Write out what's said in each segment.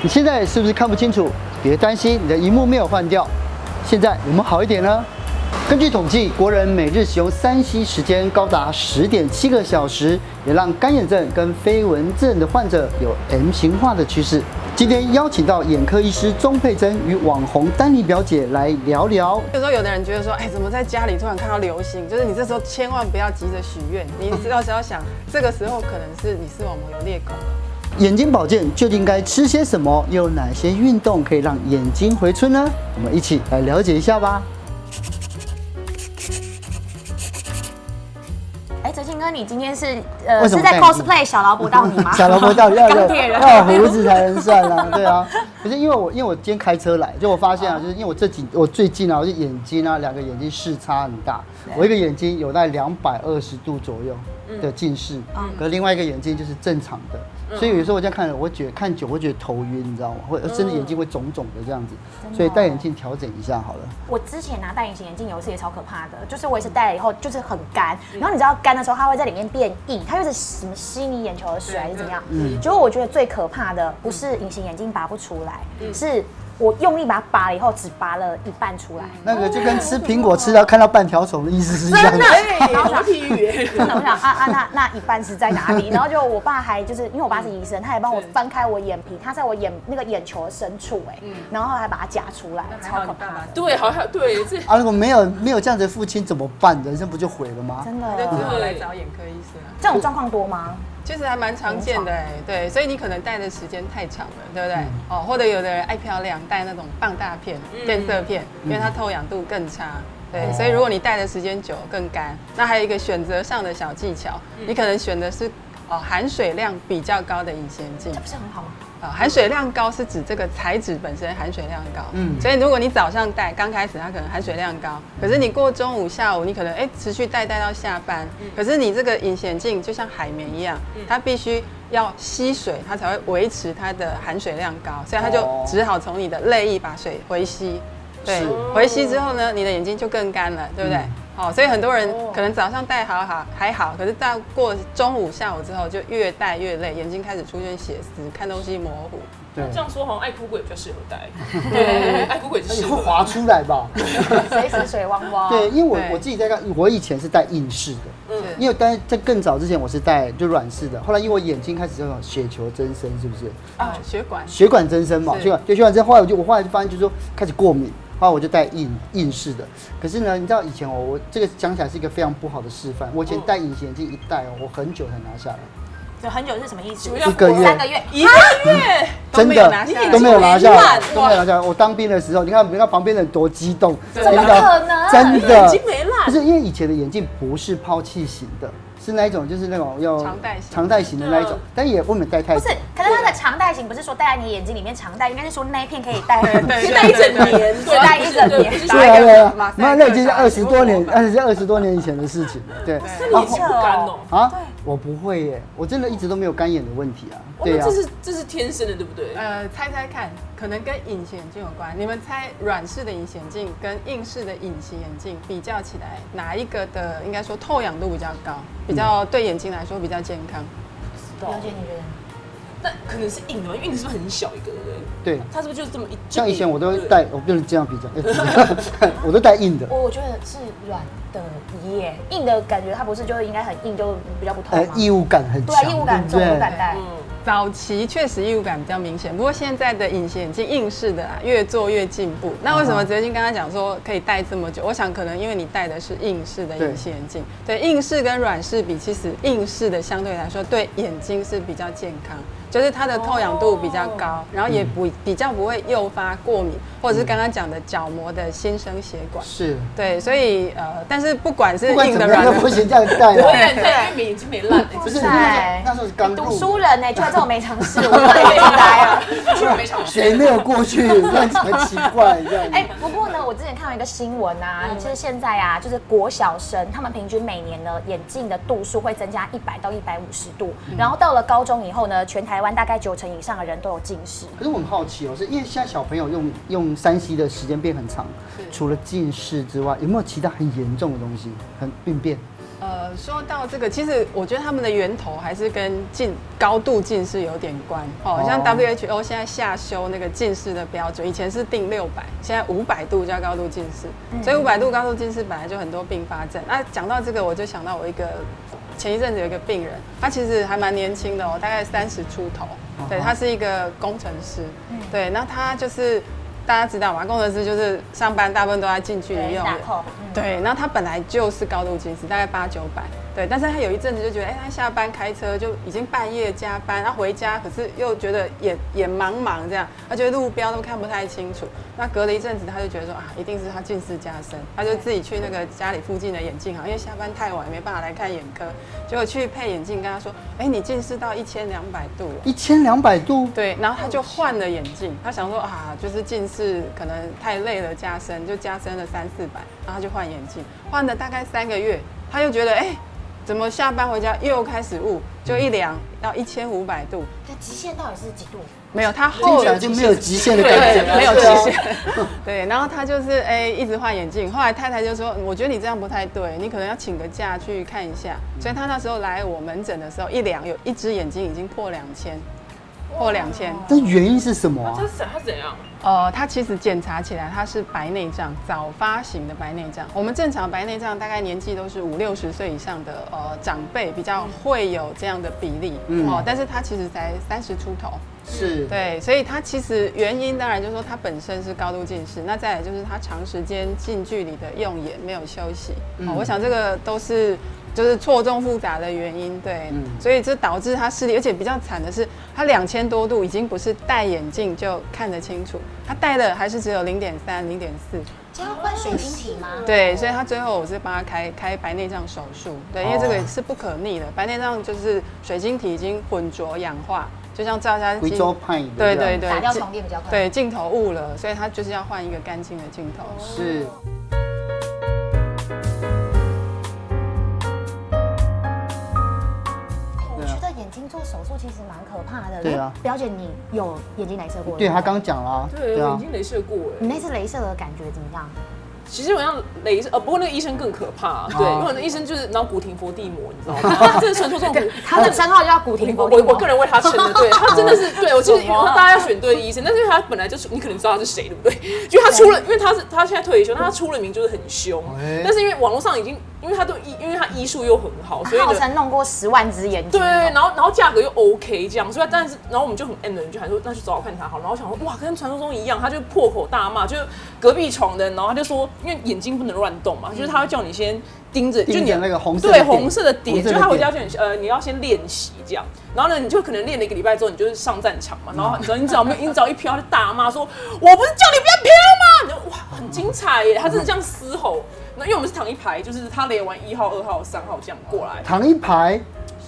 你现在是不是看不清楚？别担心，你的荧幕没有换掉。现在我们好一点了。根据统计，国人每日使用三 C 时间高达十点七个小时，也让干眼症跟飞蚊症的患者有 M 型化的趋势。今天邀请到眼科医师钟佩珍与网红丹妮表姐来聊聊有时候有的人觉得说，哎，怎么在家里突然看到流星？就是你这时候千万不要急着许愿，你要是要想，这个时候可能是你视网膜有裂口了。眼睛保健究竟该吃些什么，又有哪些运动可以让眼睛回春呢？我们一起来了解一下吧。哎，哲信哥，你今天是呃为什是么在戴眼镜 cosplay 小劳勃到你吗？ 小萝卜到底要啊钢有铁人要有胡子才能算啦、对啊。可是因为我因为我今天开车来，就我发现嗯啊，就是因为我这几我最近啊，我就眼睛啊两个眼睛视差很大，我一个眼睛有在两百二十度左右嗯的近视，可是另外一个眼睛就是正常的，所以有时候我这样看，我觉得看久我觉得头晕，你知道吗？会嗯甚至眼睛会肿肿的这样子，所以戴眼镜调整一下好了。我之前拿戴隐形眼镜有一次也超可怕的，就是我也是戴了以后就是很干，然后你知道干的时候它会在里面变硬，它就是什么吸你眼球的水还是怎么样。结果我觉得最可怕的不是隐形眼镜拔不出来，是我用力把它拔了以后只拔了一半出来。那个就跟吃苹果吃到看到半条虫的意思是一样的。 哎，裸体语 言。真的，我想啊啊，那那一半是在哪里？然后就我爸还就是因为我爸是医生，他也帮我翻开我眼皮，他在我眼那个眼球的深处哎、然后还把它夹出来，超可怕的，对，好像对，这啊，如果没有没有这样子的父亲怎么办？人生不就毁了吗？真就之的。后来找眼科医生啊，这种状况多吗？其实还蛮常见的哎，对，所以你可能戴的时间太长了，对不对？哦，或者有的人爱漂亮，戴那种放大片、变色片，因为它透氧度更差。对，所以如果你戴的时间久更干，那还有一个选择上的小技巧，你可能选的是哦含水量比较高的隐形眼镜这。不是很好吗？啊，含水量高是指这个材质本身含水量高。嗯嗯，所以如果你早上戴，刚开始它可能含水量高，可是你过中午、下午，你可能哎、持续戴戴到下班，可是你这个隐形眼镜就像海绵一样，它必须要吸水，它才会维持它的含水量高，所以它就哦只好从你的泪液把水回吸。对是，嗯回吸之后呢，你的眼睛就更干了，对不对？好、所以很多人哦可能早上戴好好还好，可是到过中午、下午之后就越戴越累，眼睛开始出现血丝，看东西模糊。对 这样说好像爱哭鬼比较适合戴，对，哎爱哭鬼就那你适会合。滑出来吧？随时水汪汪。对，，因为我对我自己在看，我以前是戴硬式的，嗯因为但在更早之前我是戴就软式的，后来因为我眼睛开始这种血球增生，是不是？啊，血管血管增生嘛，是血管就血管增生，后来我就我后来就发现就是说开始过敏，后来我就戴硬硬式的。可是呢，你知道以前哦，我这个讲起来是一个非常不好的示范。嗯我以前戴隐形眼镜一戴哦，我很久才拿下来，就很久是什么意思？请问要一个月三个月。一个月都 真没的有拿下来都没有拿下来你眼睛，很都没有拿下来。我当兵的时候，你看你看旁边的人多激动，怎真么可能的真的眼睛没烂不是因为以前的眼镜不是抛弃型的，是那一种就是那种要常戴型常戴型的那一种嗯，但也不能戴太不久是。，可是它的长戴型不是说戴在你眼睛里面长戴，应该是说那一片可以戴，对是戴一整年，对戴一整年不是打对一啊个对啊马，赛那克那已经是打二十多年，一个而且是二十多年以前的事情了。对，那你眼睛不干哦。啊，我不会耶，我真的一直都没有干眼的问题啊。哇，对那啊这，是这是天生的，对不对？呃，猜猜看，可能跟隐形眼镜有关。你们猜软式的隐形眼镜跟硬式的隐形眼镜比较起来，哪一个的应该说透氧度比较高，比嗯较对眼睛来说比较健康？刘姐，你觉得呢？那可能是硬的吧，因为你是不是很小一个，对不对？对，它是不是就是这么一？像以前我都戴，我不能这样比较， 我都戴硬的。我我觉得是软的耶，硬的感觉它不是就应该很硬，就比较不呃痛，吗？异物感很对啊，强，异物感对重，不不对敢戴。嗯，早期确实异物感比较明显，不过现在的隐形眼镜硬式的啊，越做越进步。那为什么啊哲金刚刚讲说可以戴这么久？我想可能因为你戴的是硬式的隐形眼镜，对硬式跟软式比，其实硬式的相对来说对眼睛是比较健康，就是它的透氧度比较高，哦然后也不比较不会诱发过敏，或者是刚刚讲的角膜的新生血管。是，对，所以呃，但是不管嗯是不管硬怎的么样软都的，不行这样戴我嘛。也戴，因为眼睛没烂，不不是是塞那时候是刚读入书人呢、居然这种没常 识，我真的惊呆了。就是没尝试。谁没有过 去，那很奇怪这样子。哎、不过呢，我之前看到一个新闻啊，嗯其实现在啊，就是国小生他们平均每年呢眼镜的度数会增加一百到一百五十度，嗯然后到了高中以后呢，全台湾大概九成以上的人都有近视。可是我很好奇哦，是因为现在小朋友用用三 C 的时间变很长，除了近视之外，有没有其他很严重的东西，很病变？呃，说到这个，其实我觉得他们的源头还是跟近高度近视有点关哦。像哦 WHO 现在下修那个近视的标准，以前是定六百，现在五百度叫高度近视，嗯所以五百度高度近视本来就很多并发症。那讲到这个，我就想到我一个前一阵子有一个病人，他其实还蛮年轻的哦，大概三十出头，哦对他是一个工程师，嗯对，那他就是。大家知道嘛，工程师就是上班大部分都在近距离对用打眼扣嗯对，那他本来就是高度近视，大概八九百，对，但是他有一阵子就觉得，哎、他下班开车就已经半夜加班，他回家可是又觉得眼眼茫茫这样，他觉得路标都看不太清楚。那隔了一阵子，他就觉得说啊，一定是他近视加深，他就自己去那个家里附近的眼镜行，因为下班太晚没办法来看眼科，结果去配眼镜，跟他说，哎、你近视到一千两百度啊了。一千两百度，对，然后他就换了眼镜，他想说啊，就是近视可能太累了加深，就加深了三四百，然后他就换眼镜，换了大概三个月，他就觉得哎、怎么下班回家又开始雾，就一量到一千五百度，它极限到底是几度？没有，他听后起来就没有极限的感对觉，，没有对啊极。限。对，然后他就是哎、一直换眼镜。后来太太就说：“我觉得你这样不太对，你可能要请个假去看一下。”所以他那时候来我门诊的时候，一量有一只眼睛已经破两千，破两千。但原因是什么啊他？怎 他怎样？呃，它其实检查起来它是白内障，早发型的白内障。我们正常白内障大概年纪都是五六十岁以上的呃长辈比较会有这样的比例、嗯哦，但是它其实才三十出头，是，对，所以它其实原因当然就是说它本身是高度近视，那再来就是它长时间近距离的用眼没有休息，哦，我想这个都是就是错综复杂的原因，对，嗯所以这导致它视力，而且比较惨的是，它两千多度已经不是戴眼镜就看得清楚，它戴的还是只有零点三、零点四，这要换水晶体吗？对，所以他最后我是帮他开开白内障手术，对，因为这个是不可逆的，白内障就是水晶体已经混浊氧化，就像照相贵机，州派的对这样对对，打掉镜床垫比较快。对镜头误了，所以他就是要换一个干净的镜头。是。哦我觉得眼睛做手术其实蛮可怕的。对啊因为表姐你有眼睛镭射过？对不他刚讲了啊，对，我啊已，经镭射过哎。你那次镭射的感觉怎么样？其实好像雷射，呃，不过那个医生更可怕，对，哦因为那医生就是脑骨停佛地魔，你知道 吗？这是传说中的骨。他的称号就叫古我亭我我个人为他撑的，对他真的是对我其实因为大家要选对医生，但是因为他本来就是你可能知道他是谁，对不对？就他出了，因为他是他现在退休，但他出了名就是很凶哎，但是因为网络上已经，因为他都医，因为他医术又很好，所以哦号呢。称弄过十万只眼睛。对，然后然后价格又 OK 这样，所以但是然后我们就很 M 的人就喊说，那去找找看他好了。然后想说哇，跟传说中一样，他就破口大骂，就是隔壁床的人，然后他就说，因为眼睛不能乱动嘛，就是他会叫你先盯着，盯着就你那个红色的对点红色的点，红色的就他回点家就很呃你要先练习这样。然后呢，你就可能练了一个礼拜之后，你就是上战场嘛。然后你知道，你只要没有，你只要一飘，他就大骂说：“我不是叫你不要飘吗？”你就哇，很精彩耶！他真的这样嘶吼。那因为我们是躺一排，就是他连完一号、二号、三号这样过来，躺一排，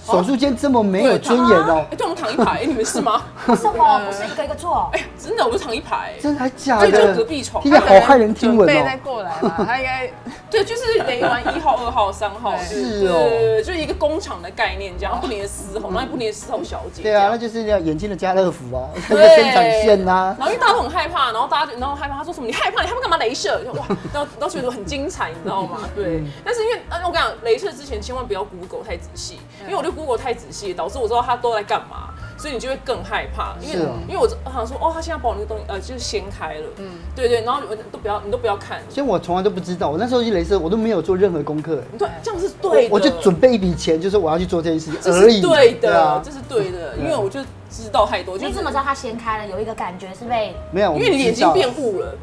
手术间这么没有尊严哦哎、，对，我们躺一排，哎你们是吗？ 为什么不是一个一个做？哎、真的，我就躺一排、哎真的还假这就的？是隔壁床听起来好骇人听闻准备再哦。过来吧，他应该对，就是雷完一号、二号、三号，对就是哦嗯对对对就是一个工厂的概念，这样不连嘶吼，然后也不连嘶吼小姐，对啊，那这样。就是那眼睛的家乐福 啊， 那个对生产线啊呐然，后因为大家都很害怕，然后大家就然后害怕，他说什么你害怕，你害怕干嘛？镭射， 就哇，然后然后觉得很精彩，你知道嗯吗？对。但是因为呃我跟你讲，镭射之前千万不要 Google 太仔细，啊因为我对 Google 太仔细，导致我知道他都在干嘛，所以你就会更害怕。因为是哦因为我我想说，哦，他现在把我那个东西呃就是掀开了，嗯，对对，然后我都不要你都不要看，所以我从来都不知道，我那时候去镭射，我都没有做任何功课，对，这样是对的。我就准备一笔钱，就说我要去做这件事情这而是已。对的，啊这，是对的，因为我就知道太多，就你是怎么知道它掀开了？有一个感觉是被没有，因为你眼睛变雾了，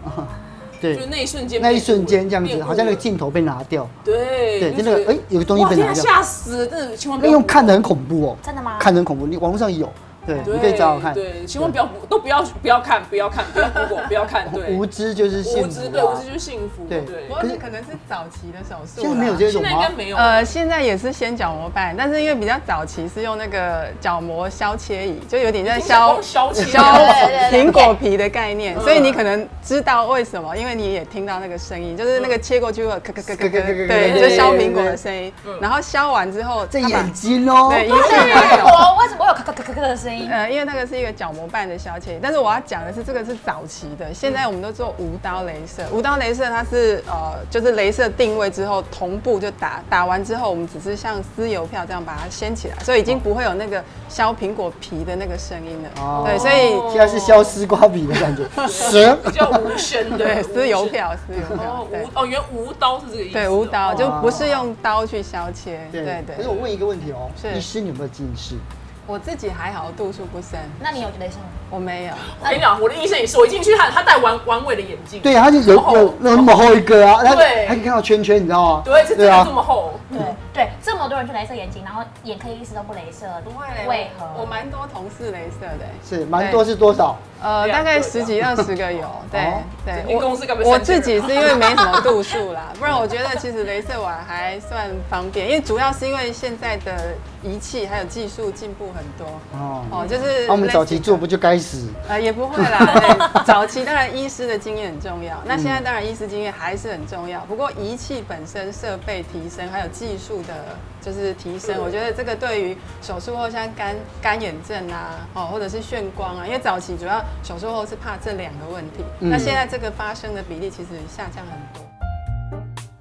对就，那一瞬间，那一瞬间这样变子，雾了好像那个镜头被拿掉，对对，就就那觉得个哎，有个东西哇被天拿啊，掉，吓死！真的千万不那要用看的很恐怖哦，真的吗？看的很恐怖，你网络上有，对，对，你可以找找看。对，千万不要都不要不要看，不要看，不要 Google，不要看，对，无知就是无幸知，福对，无啊知！就是幸福，对对。不过这可能是早期的手术啦，现在没有这种现在应吗该？没有，呃，现在也是先角膜瓣，但是因为比较早期是用那个角膜削切仪，就有点像削光削切削对对对苹果皮的概念，所以你可能知道为什么，因为你也听到那个声音，就是那个切过去会咔咔咔咔咔，对，就削苹果的声音。然后削完之后，这它把眼睛哦，对，一啊为定什没有。么？为什么会有咔咔咔咔咔的声声音。呃，因为那个是一个角膜瓣的消切，但是我要讲的是，这个是早期的，现在我们都做无刀镭射。无刀镭射它是呃，就是镭射定位之后，同步就打，打完之后我们只是像撕邮票这样把它掀起来，所以已经不会有那个削苹果皮的那个声音了。哦对，所以现在是削丝瓜皮的感觉，蛇比较无声的，对无撕邮声。票，撕邮哦票，，对无哦，原来无刀是这个意思哦。对，无刀就哦不是用刀去削切，对可是我对。问一个问题哦，是医师你有没有近视？我自己还好，度数不深，那你有雷射吗？我没有。我跟你哎讲，我的医生也是，我一进去他他戴玩玩尾的眼镜，对啊，他就有厚有那么厚一个啊，他对他可以看到圈圈，你知道吗？对，是真对的啊这，么厚。对对，这么多人去镭射眼睛，然后眼科医师都不镭射，不会嘞，为我我何？蛮多同事镭射的欸、是蛮多是多少？呃，大两个概有十几二十个 有，对哦对。一公司干嘛我我三千自人己是因为没什么度数啦， 不然我觉得其实镭射碗还算方便，因为主要是因为现在的仪器还有技术进步很多。哦，哦，就是那我们早期类似做不就该死？呃，也不 会啦。对早期当然医师的经验很重要，那现在当然医师经验还是很重要。不过仪器本身设备提升，还有技术的，就是提嗯升，我觉得这个对于手术后像干干眼症啊，哦，或者是眩光啊，因为早期主要手术后是怕这两个问题，嗯那现在这个发生的比例其实下降很多。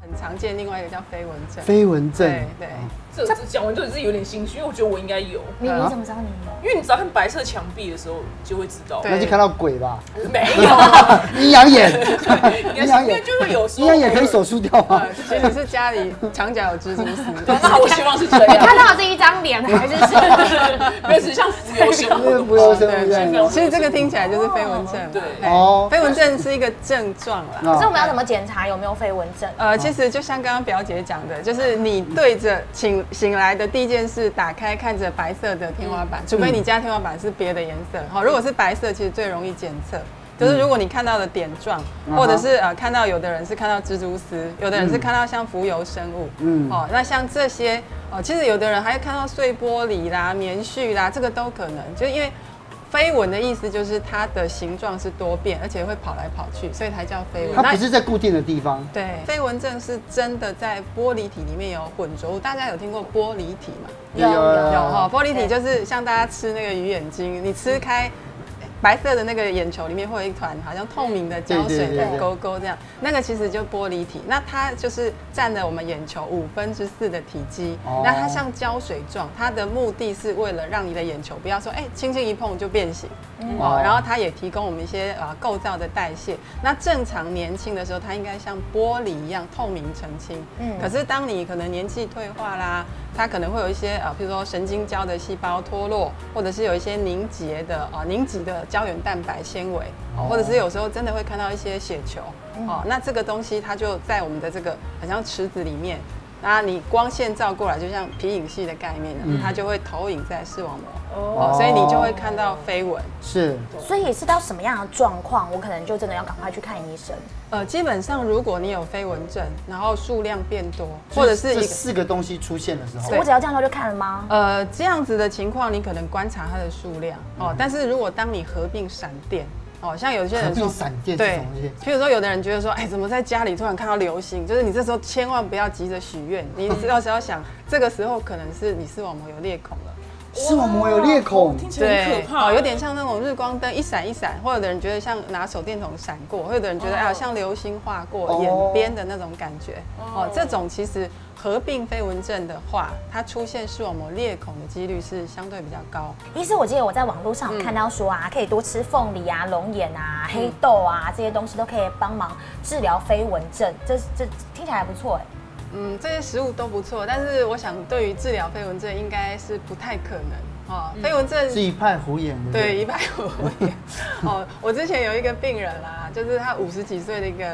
很常见，另外一个叫飞蚊症。飞蚊症对对。这这讲完之后，你自己有点心虚，因为我觉得我应该有，你啊你怎么知道你有？因为你只要看白色墙壁的时候就会知道。对那就看到鬼吧，没 有，阴阳 眼， 你看因为就会有时阴候阳眼可以手术掉吗？所以你是家里墙角有蜘蛛丝，那我希望是这看样，到的是一张脸还是什么？没有只是像浮游 生因为物不用生啊不 对用对其实这个听起来就是飞蚊症嘛，对哎哦飞蚊症是一个症状啦。可是啊，我们要怎么检查有没有飞蚊症？呃，其实就像刚刚表姐讲的，就是你对着醒醒来的第一件事，打开看着白色的天花板，嗯除非你家天花板是别的颜色，好，如果是白色，其实最容易检测。就是如果你看到的点状，嗯或者是呃看到有的人是看到蜘蛛丝，有的人是看到像浮游生物，嗯嗯，哦，那像这些哦，其实有的人还会看到碎玻璃啦、棉絮啦，这个都可能，就因为飞蚊的意思就是它的形状是多变，而且会跑来跑去，所以才叫飞蚊。它那不是在固定的地方，对，飞蚊症是真的在玻璃体里面有混浊物，大家有听过玻璃体吗？有有有哦哈、玻璃体对就是像大家吃那个鱼眼睛，你吃开。白色的那个眼球里面会有一团好像透明的胶对对水对的对勾勾，这样那个其实就玻璃体，那它就是占了我们眼球五分之四的体积哦，那它像胶水状，它的目的是为了让你的眼球不要说哎轻轻一碰就变形，哦哦，然后它也提供我们一些呃构造的代谢。那正常年轻的时候，它应该像玻璃一样透明澄清。嗯嗯，可是当你可能年纪退化啦，它可能会有一些呃，譬如说神经胶的细胞脱落，或者是有一些凝结的呃凝集的胶原蛋白纤维，哦或者是有时候真的会看到一些血球。哦，那这个东西它就在我们的这个很像池子里面。那你光线照过来，就像皮影戏的概念、啊，它就会投影在视网膜，哦，所以你就会看到飞蚊。是所以是到什么样的状况，我可能就真的要赶快去看医生。呃，基本上如果你有飞蚊症，然后数量变多，就或者是这一个四个东西出现的时候，对我只要这样就看了吗？呃这样子的情况，你可能观察它的数量哦。但是如果当你合并闪电，哦，像有些人合说并闪电是对什么东西，譬如说有的人觉得说，哎，怎么在家里突然看到流星？就是你这时候千万不要急着许愿，你 到时候想，这个时候可能是你视网膜有裂孔了。视网膜有裂孔，听起来很对可，怕，哦，有点像那种日光灯一闪一闪，或者有的人觉得像拿手电筒闪过，或者有的人觉得哦哎呀、像流星划哦过眼边的那种感觉。哦，这种其实合并飞蚊症的话，它出现视网膜裂孔的几率是相对比较高。医师，我记得我在网络上有看到说啊，可以多吃凤梨啊、龙眼啊、黑豆啊这些东西都可以帮忙治疗飞蚊症，这这听起来还不错哎。嗯，这些食物都不错，但是我想对于治疗飞蚊症应该是不太可能哦。飞蚊症是一派胡言的，对，一百五。哦，我之前有一个病人啦、就是她五十几岁的一个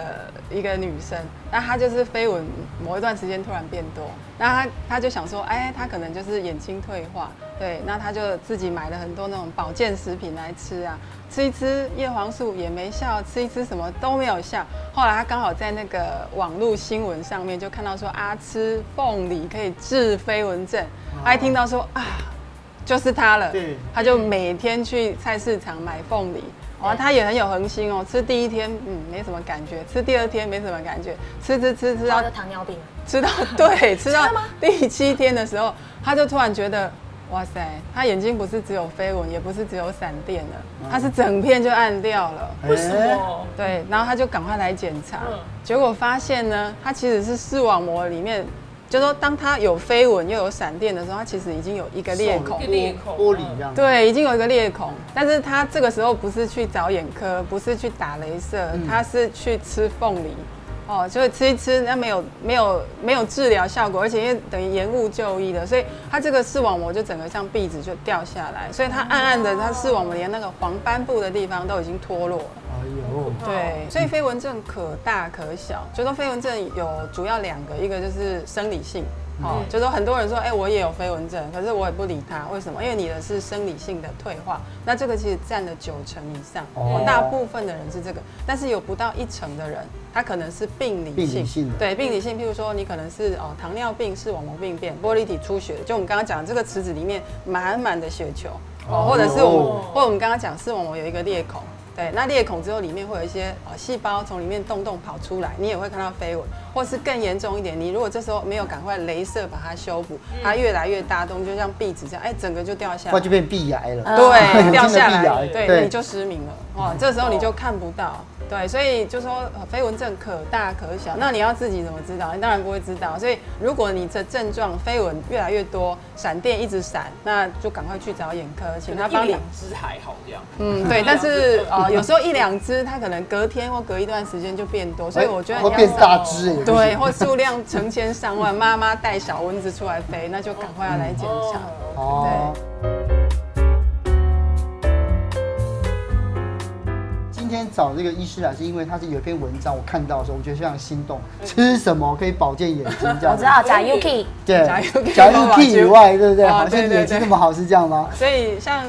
一个女生，那她就是飞蚊某一段时间突然变多，那她她就想说，哎，她可能就是眼睛退化，对，那她就自己买了很多那种保健食品来吃啊，吃一吃叶黄素也没效，吃一吃什么都没有效。后来她刚好在那个网络新闻上面就看到说啊，吃凤梨可以治飞蚊症，她一听到说啊。就是他了。对他就每天去菜市场买凤梨，哇，他也很有恒心哦，吃第一天嗯没什么感觉，吃第二天没什么感觉，吃吃吃吃到然后就糖尿病。吃到对吃到第七天的时候，他就突然觉得。哇塞，他眼睛不是只有飞蚊，也不是只有闪电了，他是整片就暗掉了。为什哎么？对，然后他就赶快来检查，嗯结果发现呢，他其实是视网膜里面，就说当他有飞蚊又有闪电的时候，他其实已经有一个裂受孔了一个，裂口玻璃这样。对，已经有一个裂孔。但是他这个时候不是去找眼科，不是去打镭射，他是去吃凤梨。哦，就是吃一吃，那没有没有没有治疗效果，而且因为等于延误就医的，所以他这个视网膜就整个像壁纸就掉下来，所以他暗暗的，他视网膜连那个黄斑部的地方都已经脱落了。哎呦，对，所以飞蚊症可大可小，就说飞蚊症有主要两个，一个就是生理性。哦，就说很多人说，哎、我也有飞蚊症，可是我也不理它，为什么？因为你的是生理性的退化，那这个其实占了九成以上，哦哦、大部分的人是这个，但是有不到一成的人，他可能是病理性，病理性的对病理性，譬如说你可能是哦糖尿病、视网膜病变、玻璃体出血，就我们刚刚讲这个池子里面满满的血球，哦哦，或者是我们，或者我们刚刚讲视网膜有一个裂孔，对，那裂孔之后里面会有一些呃细胞从里面洞洞跑出来，你也会看到飞蚊，或是更严重一点，你如果这时候没有赶快镭射把它修补，它越来越大洞，就像壁纸这样，哎，整个就掉下不然来就。变壁癌呃了。哎对，掉下呃 真的来，必然对，你就失明了。哦，这时候你就看不到。对，所以就说呃飞蚊症可大可小，那你要自己怎么知道？你当然不会知道。所以如果你的症状飞蚊越来越多，闪电一直闪，那就赶快去找眼科，请他一帮你两只还好这样。嗯，对，但是呃，有时候一两只，它可能隔天或隔一段时间就变多，所以我觉得会你变要大只哎。对，或数量成千上万，妈妈带小蚊子出来飞，那就赶快要来检查。哦。今天找这个医师来，啊是因为他是有一篇文章我看到的时候，我觉得非常心动。吃什么可以保健眼睛？这样我知道，假 Yuki 对甲油可以假如保 T 以健外，对不对？啊好像对对眼睛对那么好，是这样吗？所以像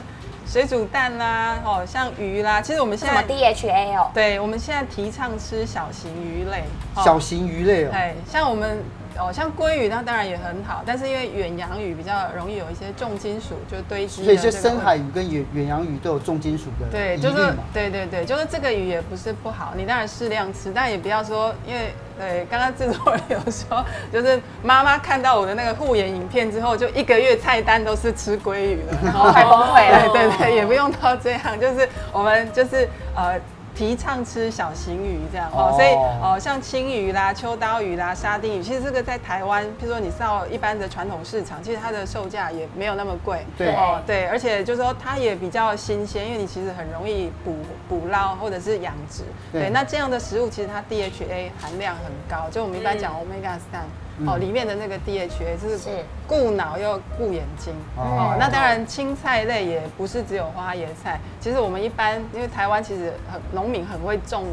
水煮蛋啦，哦，像鱼啦，其实我们现什么在 DHA 哦，对，我们现在提倡吃小型鱼类，哦小型鱼类哦，哎，像我们哦，像鲑鱼，那当然也很好，但是因为远洋鱼比较容易有一些重金属，就堆积所以的就这个深问海鱼跟远远洋鱼都有重金属的对，疑就虑是嘛。对对对，就是这个鱼也不是不好，你当然适量吃，但也不要说，因为对，刚刚制作人有说，就是妈妈看到我的那个护眼影片之后，就一个月菜单都是吃鲑鱼了，然后快崩溃了对对对，也不用到这样，就是我们就是呃。提倡吃小型鱼这样哦，哦所以哦，像青鱼啦、秋刀鱼啦、沙丁鱼，其实这个在台湾，譬如说你到一般的传统市场，其实它的售价也没有那么贵，对哦，对，而且就是说它也比较新鲜，因为你其实很容易捕捕捞或者是养殖。对对，那这样的食物其实它 DHA 含量很高，就我们一般讲 omega 三、哦，里面的那个 DHA 就是是顾脑又顾眼睛。哦哦，那当然，青菜类也不是只有花椰菜。其实我们一般，因为台湾其实很农民很会种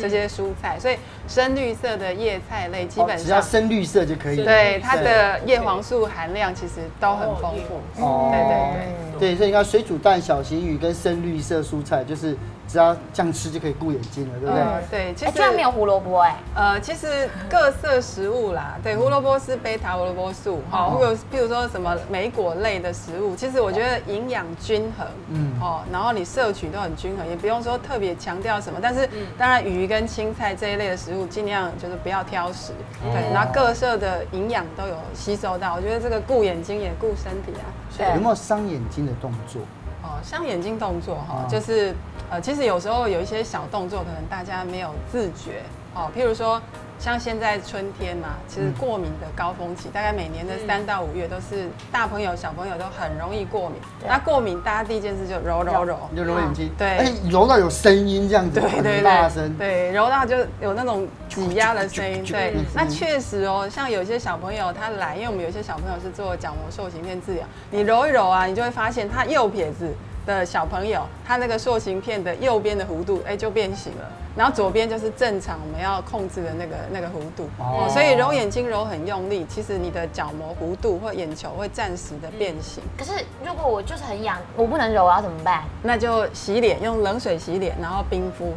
这些蔬菜，所以深绿色的叶菜类基本哦只要上，深绿色就可以了。对它的叶黄素含量其实都很丰富。哦对对对。对，所以你看水煮蛋、小型鱼跟深绿色蔬菜，就是只要这样吃就可以顾眼睛了，对哦不对？嗯，对，其哎，实居然没有胡萝卜哎，呃，其实各色食物啦，对，胡萝卜是贝塔胡萝卜素，好、或者譬如说什么莓果类的食物，其实我觉得营养均衡，嗯嗯，哦，然后你摄取都很均衡，也不用说特别强调什么，但是当然鱼跟青菜这一类的食物，尽量就是不要挑食，对，然后各色的营养都有吸收到，我觉得这个顾眼睛也顾身体啊，对有没有伤眼睛的动作？哦，像眼睛动作哈、嗯就是呃，其实有时候有一些小动作，可能大家没有自觉哦。譬如说，像现在春天嘛，其实过敏的高峰期，大概每年的三到五月都是大朋友小朋友都很容易过敏。那过敏，大家第一件事就揉揉揉。你就揉眼睛，啊对而且揉到有声音这样子，对对很大对声，，对，揉到就有那种挤压的声音。对嗯，那确实哦，像有些小朋友他来，因为我们有些小朋友是做角膜塑形片治疗，你揉一揉啊，你就会发现他右撇子的小朋友，他那个塑形片的右边的弧度，哎，就变形了。然后左边就是正常我们要控制的那个那个弧度，哦哦，所以揉眼睛揉很用力，其实你的角膜弧度或眼球会暂时的变形。可是如果我啊就是很痒，我不能揉，我要怎么办？那就洗脸，用冷水洗脸，然后冰敷。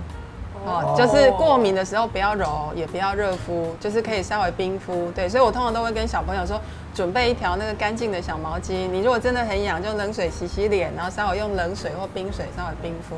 哦，就是过敏的时候不要揉，也不要热敷，就是可以稍微冰敷。对，所以我通常都会跟小朋友说，准备一条那个干净的小毛巾。你如果真的很痒，就冷水洗洗脸，然后稍微用冷水或冰水稍微冰敷。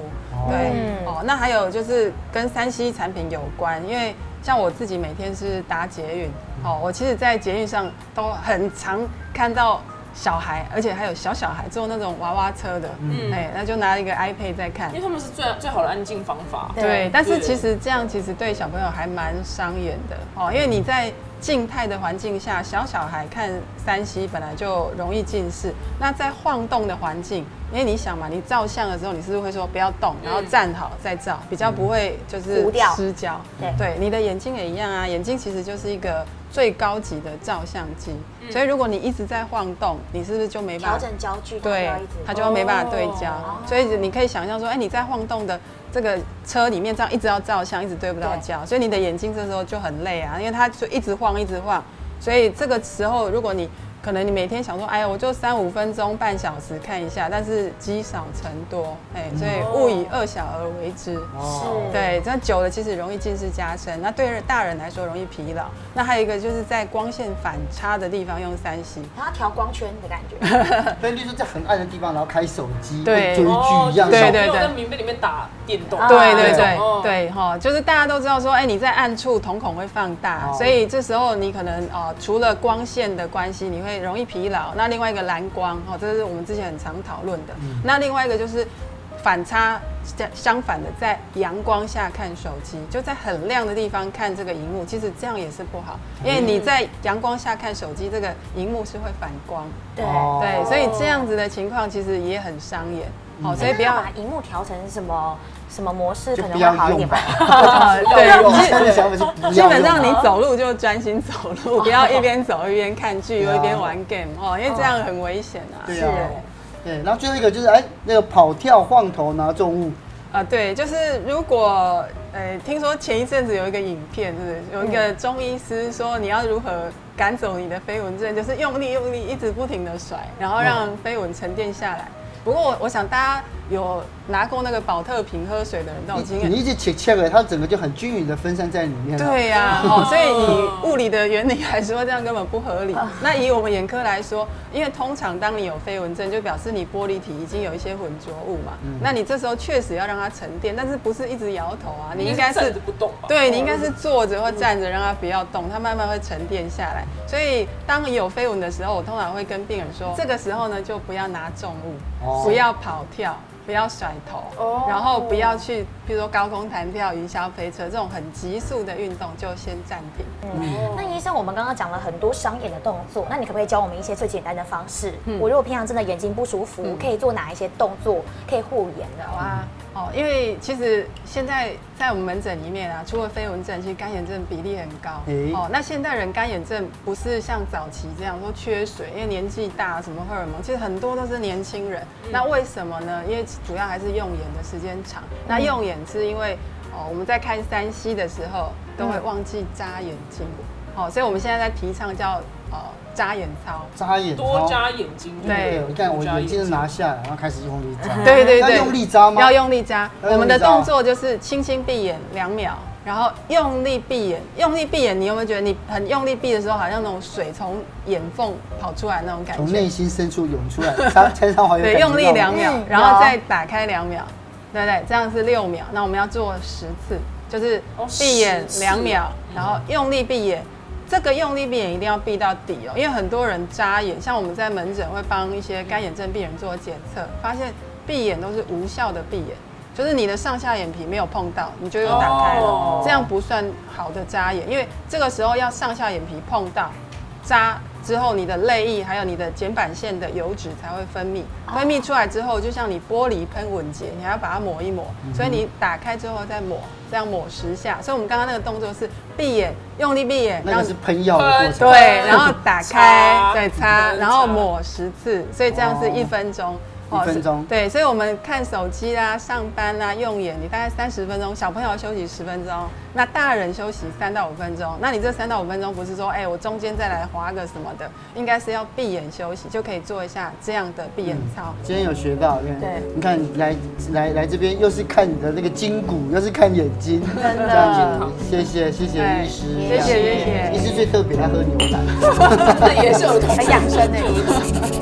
对，哦，那还有就是跟三 C 产品有关，因为像我自己每天是搭捷运，哦，我其实在捷运上都很常看到。小孩，而且还有小小孩坐那种娃娃车的，嗯，哎，那就拿一个 iPad 在看因为，他们是最最好的安静方法。哦对，但是对其实这样其实对小朋友还蛮伤眼的哦，因为你在静态的环境下，小小孩看三 C 本来就容易近视，那在晃动的环境，因为你想嘛，你照相的时候，你是不是会说不要动，然后站好再照，比较不会就是糊掉失焦。对对，你的眼睛也一样啊，眼睛其实就是一个最高级的照相机，嗯所以如果你一直在晃动，你是不是就没办调法整焦距，对它就要一直，它就没办法对焦。哦所以你可以想象说，哎、你在晃动的这个车里面，这样一直要照相，一直对不到焦，所以你的眼睛这时候就很累啊，因为它就一直晃，一直晃。所以这个时候，如果你可能你每天想说，哎呀，我就三五分钟、半小时看一下，但是积少成多，哎，所以勿以恶小而为之。哦，对，这样久了其实容易近视加深，那对大人来说容易疲劳。那还有一个就是在光线反差的地方用三 C，然后调光圈的感觉，但就是在很暗的地方，然后开手机，对追剧一样，对小对没有在棉被里面打电动。啊对对那种对哦对哈、就是大家都知道说，哎、你在暗处瞳孔会放大，哦所以这时候你可能哦、呃除了光线的关系，你会容易疲劳。那另外一个蓝光，哈、这是我们之前很常讨论的。嗯那另外一个就是反差相相反的，在阳光下看手机，就在很亮的地方看这个荧幕，其实这样也是不好，嗯因为你在阳光下看手机，这个荧幕是会反光，对。哦对，所以这样子的情况其实也很伤眼。好、所以不那要把荧幕调成什么什么模式就可不能会要好一点用吧吧？。 对，我其现实在的想法是不要用基本上你走路就专心走 路，不要一边走一边看剧对或啊嗯一边玩 game 哦，因为这样很危险啊。对啊，对，然后最后一个就是哎，那个跑跳晃头拿重物，啊，对，就是如果呃，听说前一阵子有一个影片，就是有一嗯个中医师说你要如何赶走你的飞蚊症，就是用力用力，一直不停的甩，然后让嗯飞蚊沉淀下来。不过我我想大家有拿过那个保特瓶喝水的人都有经你验你，一直切切的，它整个就很均匀的分散在里面了。对呀、 哦，所以以物理的原理来说，这样根本不合理。那以我们眼科来说，因为通常当你有飞蚊症，就表示你玻璃体已经有一些混浊物嘛。那你这时候确实要让它沉淀，但是不是一直摇头啊？你应该站是着不动吧？对你应该是坐着或站着，让它不要动，它慢慢会沉淀下来。所以当有飞蚊的时候，我通常会跟病人哦说，这个时候呢就不要拿重哦物，不要跑跳，不要甩哦头，然后不要去，譬如说高空弹跳、云霄飞车这种很急速的运动就先暂停。嗯那医生，我们刚刚讲了很多伤眼的动作，那你可不可以教我们一些最简单的方式？嗯我如果平常真的眼睛不舒服，可以做哪一些动作可以护眼的？哇，啊，哦，因为其实现在在我们门诊里面啊，除了飞蚊症，其实干眼症比例很高。诶哦，那现代人干眼症不是像早期这样说缺水，因为年纪大，什么荷尔蒙，其实很多都是年轻人。那为什么呢？因为主要还是用眼的时间长。那用眼是因为哦，我们在看三 C 的时候都会忘记扎眼睛。哦，所以我们现在在提倡叫呃扎眼操。扎眼多操。扎眼睛。对对，你看我多扎眼睛是拿下来，然后开始用力扎。 对对对，要用力扎吗？要用力扎。要用力扎我们的动作就是轻轻闭眼两秒，然后用力闭眼，用力闭眼。你有没有觉得你很用力闭的时候，好像那种水从眼缝跑出来那种感从内觉？心深处涌出来，插 插上好有感觉对，到用吗力两秒嗯，然后有再打开两秒，对不对？这样是六秒。那我们要做十次，就是哦闭眼十次两秒，然后用力闭眼。这个用力闭眼一定要闭到底哦，因为很多人扎眼，像我们在门诊会帮一些干眼症病人做检测，发现闭眼都是无效的闭眼，就是你的上下眼皮没有碰到，你就又打开了，哦这样不算好的扎眼，因为这个时候要上下眼皮碰到，扎之后，你的泪液还有你的睑板腺的油脂才会分泌，分泌出来之后，就像你玻璃喷吻洁，你还要把它抹一抹，嗯所以你打开之后再抹，这样抹十下。所以我们刚刚那个动作是闭眼，用力闭眼，那个是喷药的过程。 对，然后打开擦，对擦，嗯然后抹十次，所以这样是一分钟。哦哦一分钟是对，所以我们看手机啦、上班啦、用眼，你大概三十分钟，小朋友休息十分钟，那大人休息三到五分钟。那你这三到五分钟不是说，哎、我中间再来划个什么的，应该是要闭眼休息，就可以做一下这样的闭眼操。今天有学到，因为对你看你来来来这边，又是看你的那个筋骨，又是看眼睛，真的这样子谢谢谢谢对医师，谢谢谢医谢。师最特别，他喝牛奶。 呃这也是有同很养生的。